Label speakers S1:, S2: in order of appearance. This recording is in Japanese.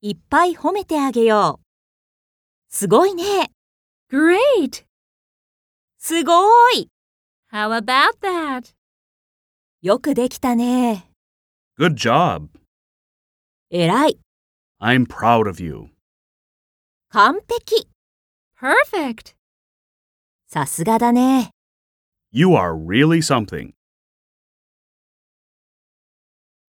S1: いっぱい褒めてあげよう。すごいね。
S2: Great!
S1: すごい。
S2: How about that?
S1: よくできたね。
S3: Good job.
S1: えらい。
S3: I'm proud of you.
S1: 完璧。
S2: Perfect!
S1: さすがだね。
S3: You are really something.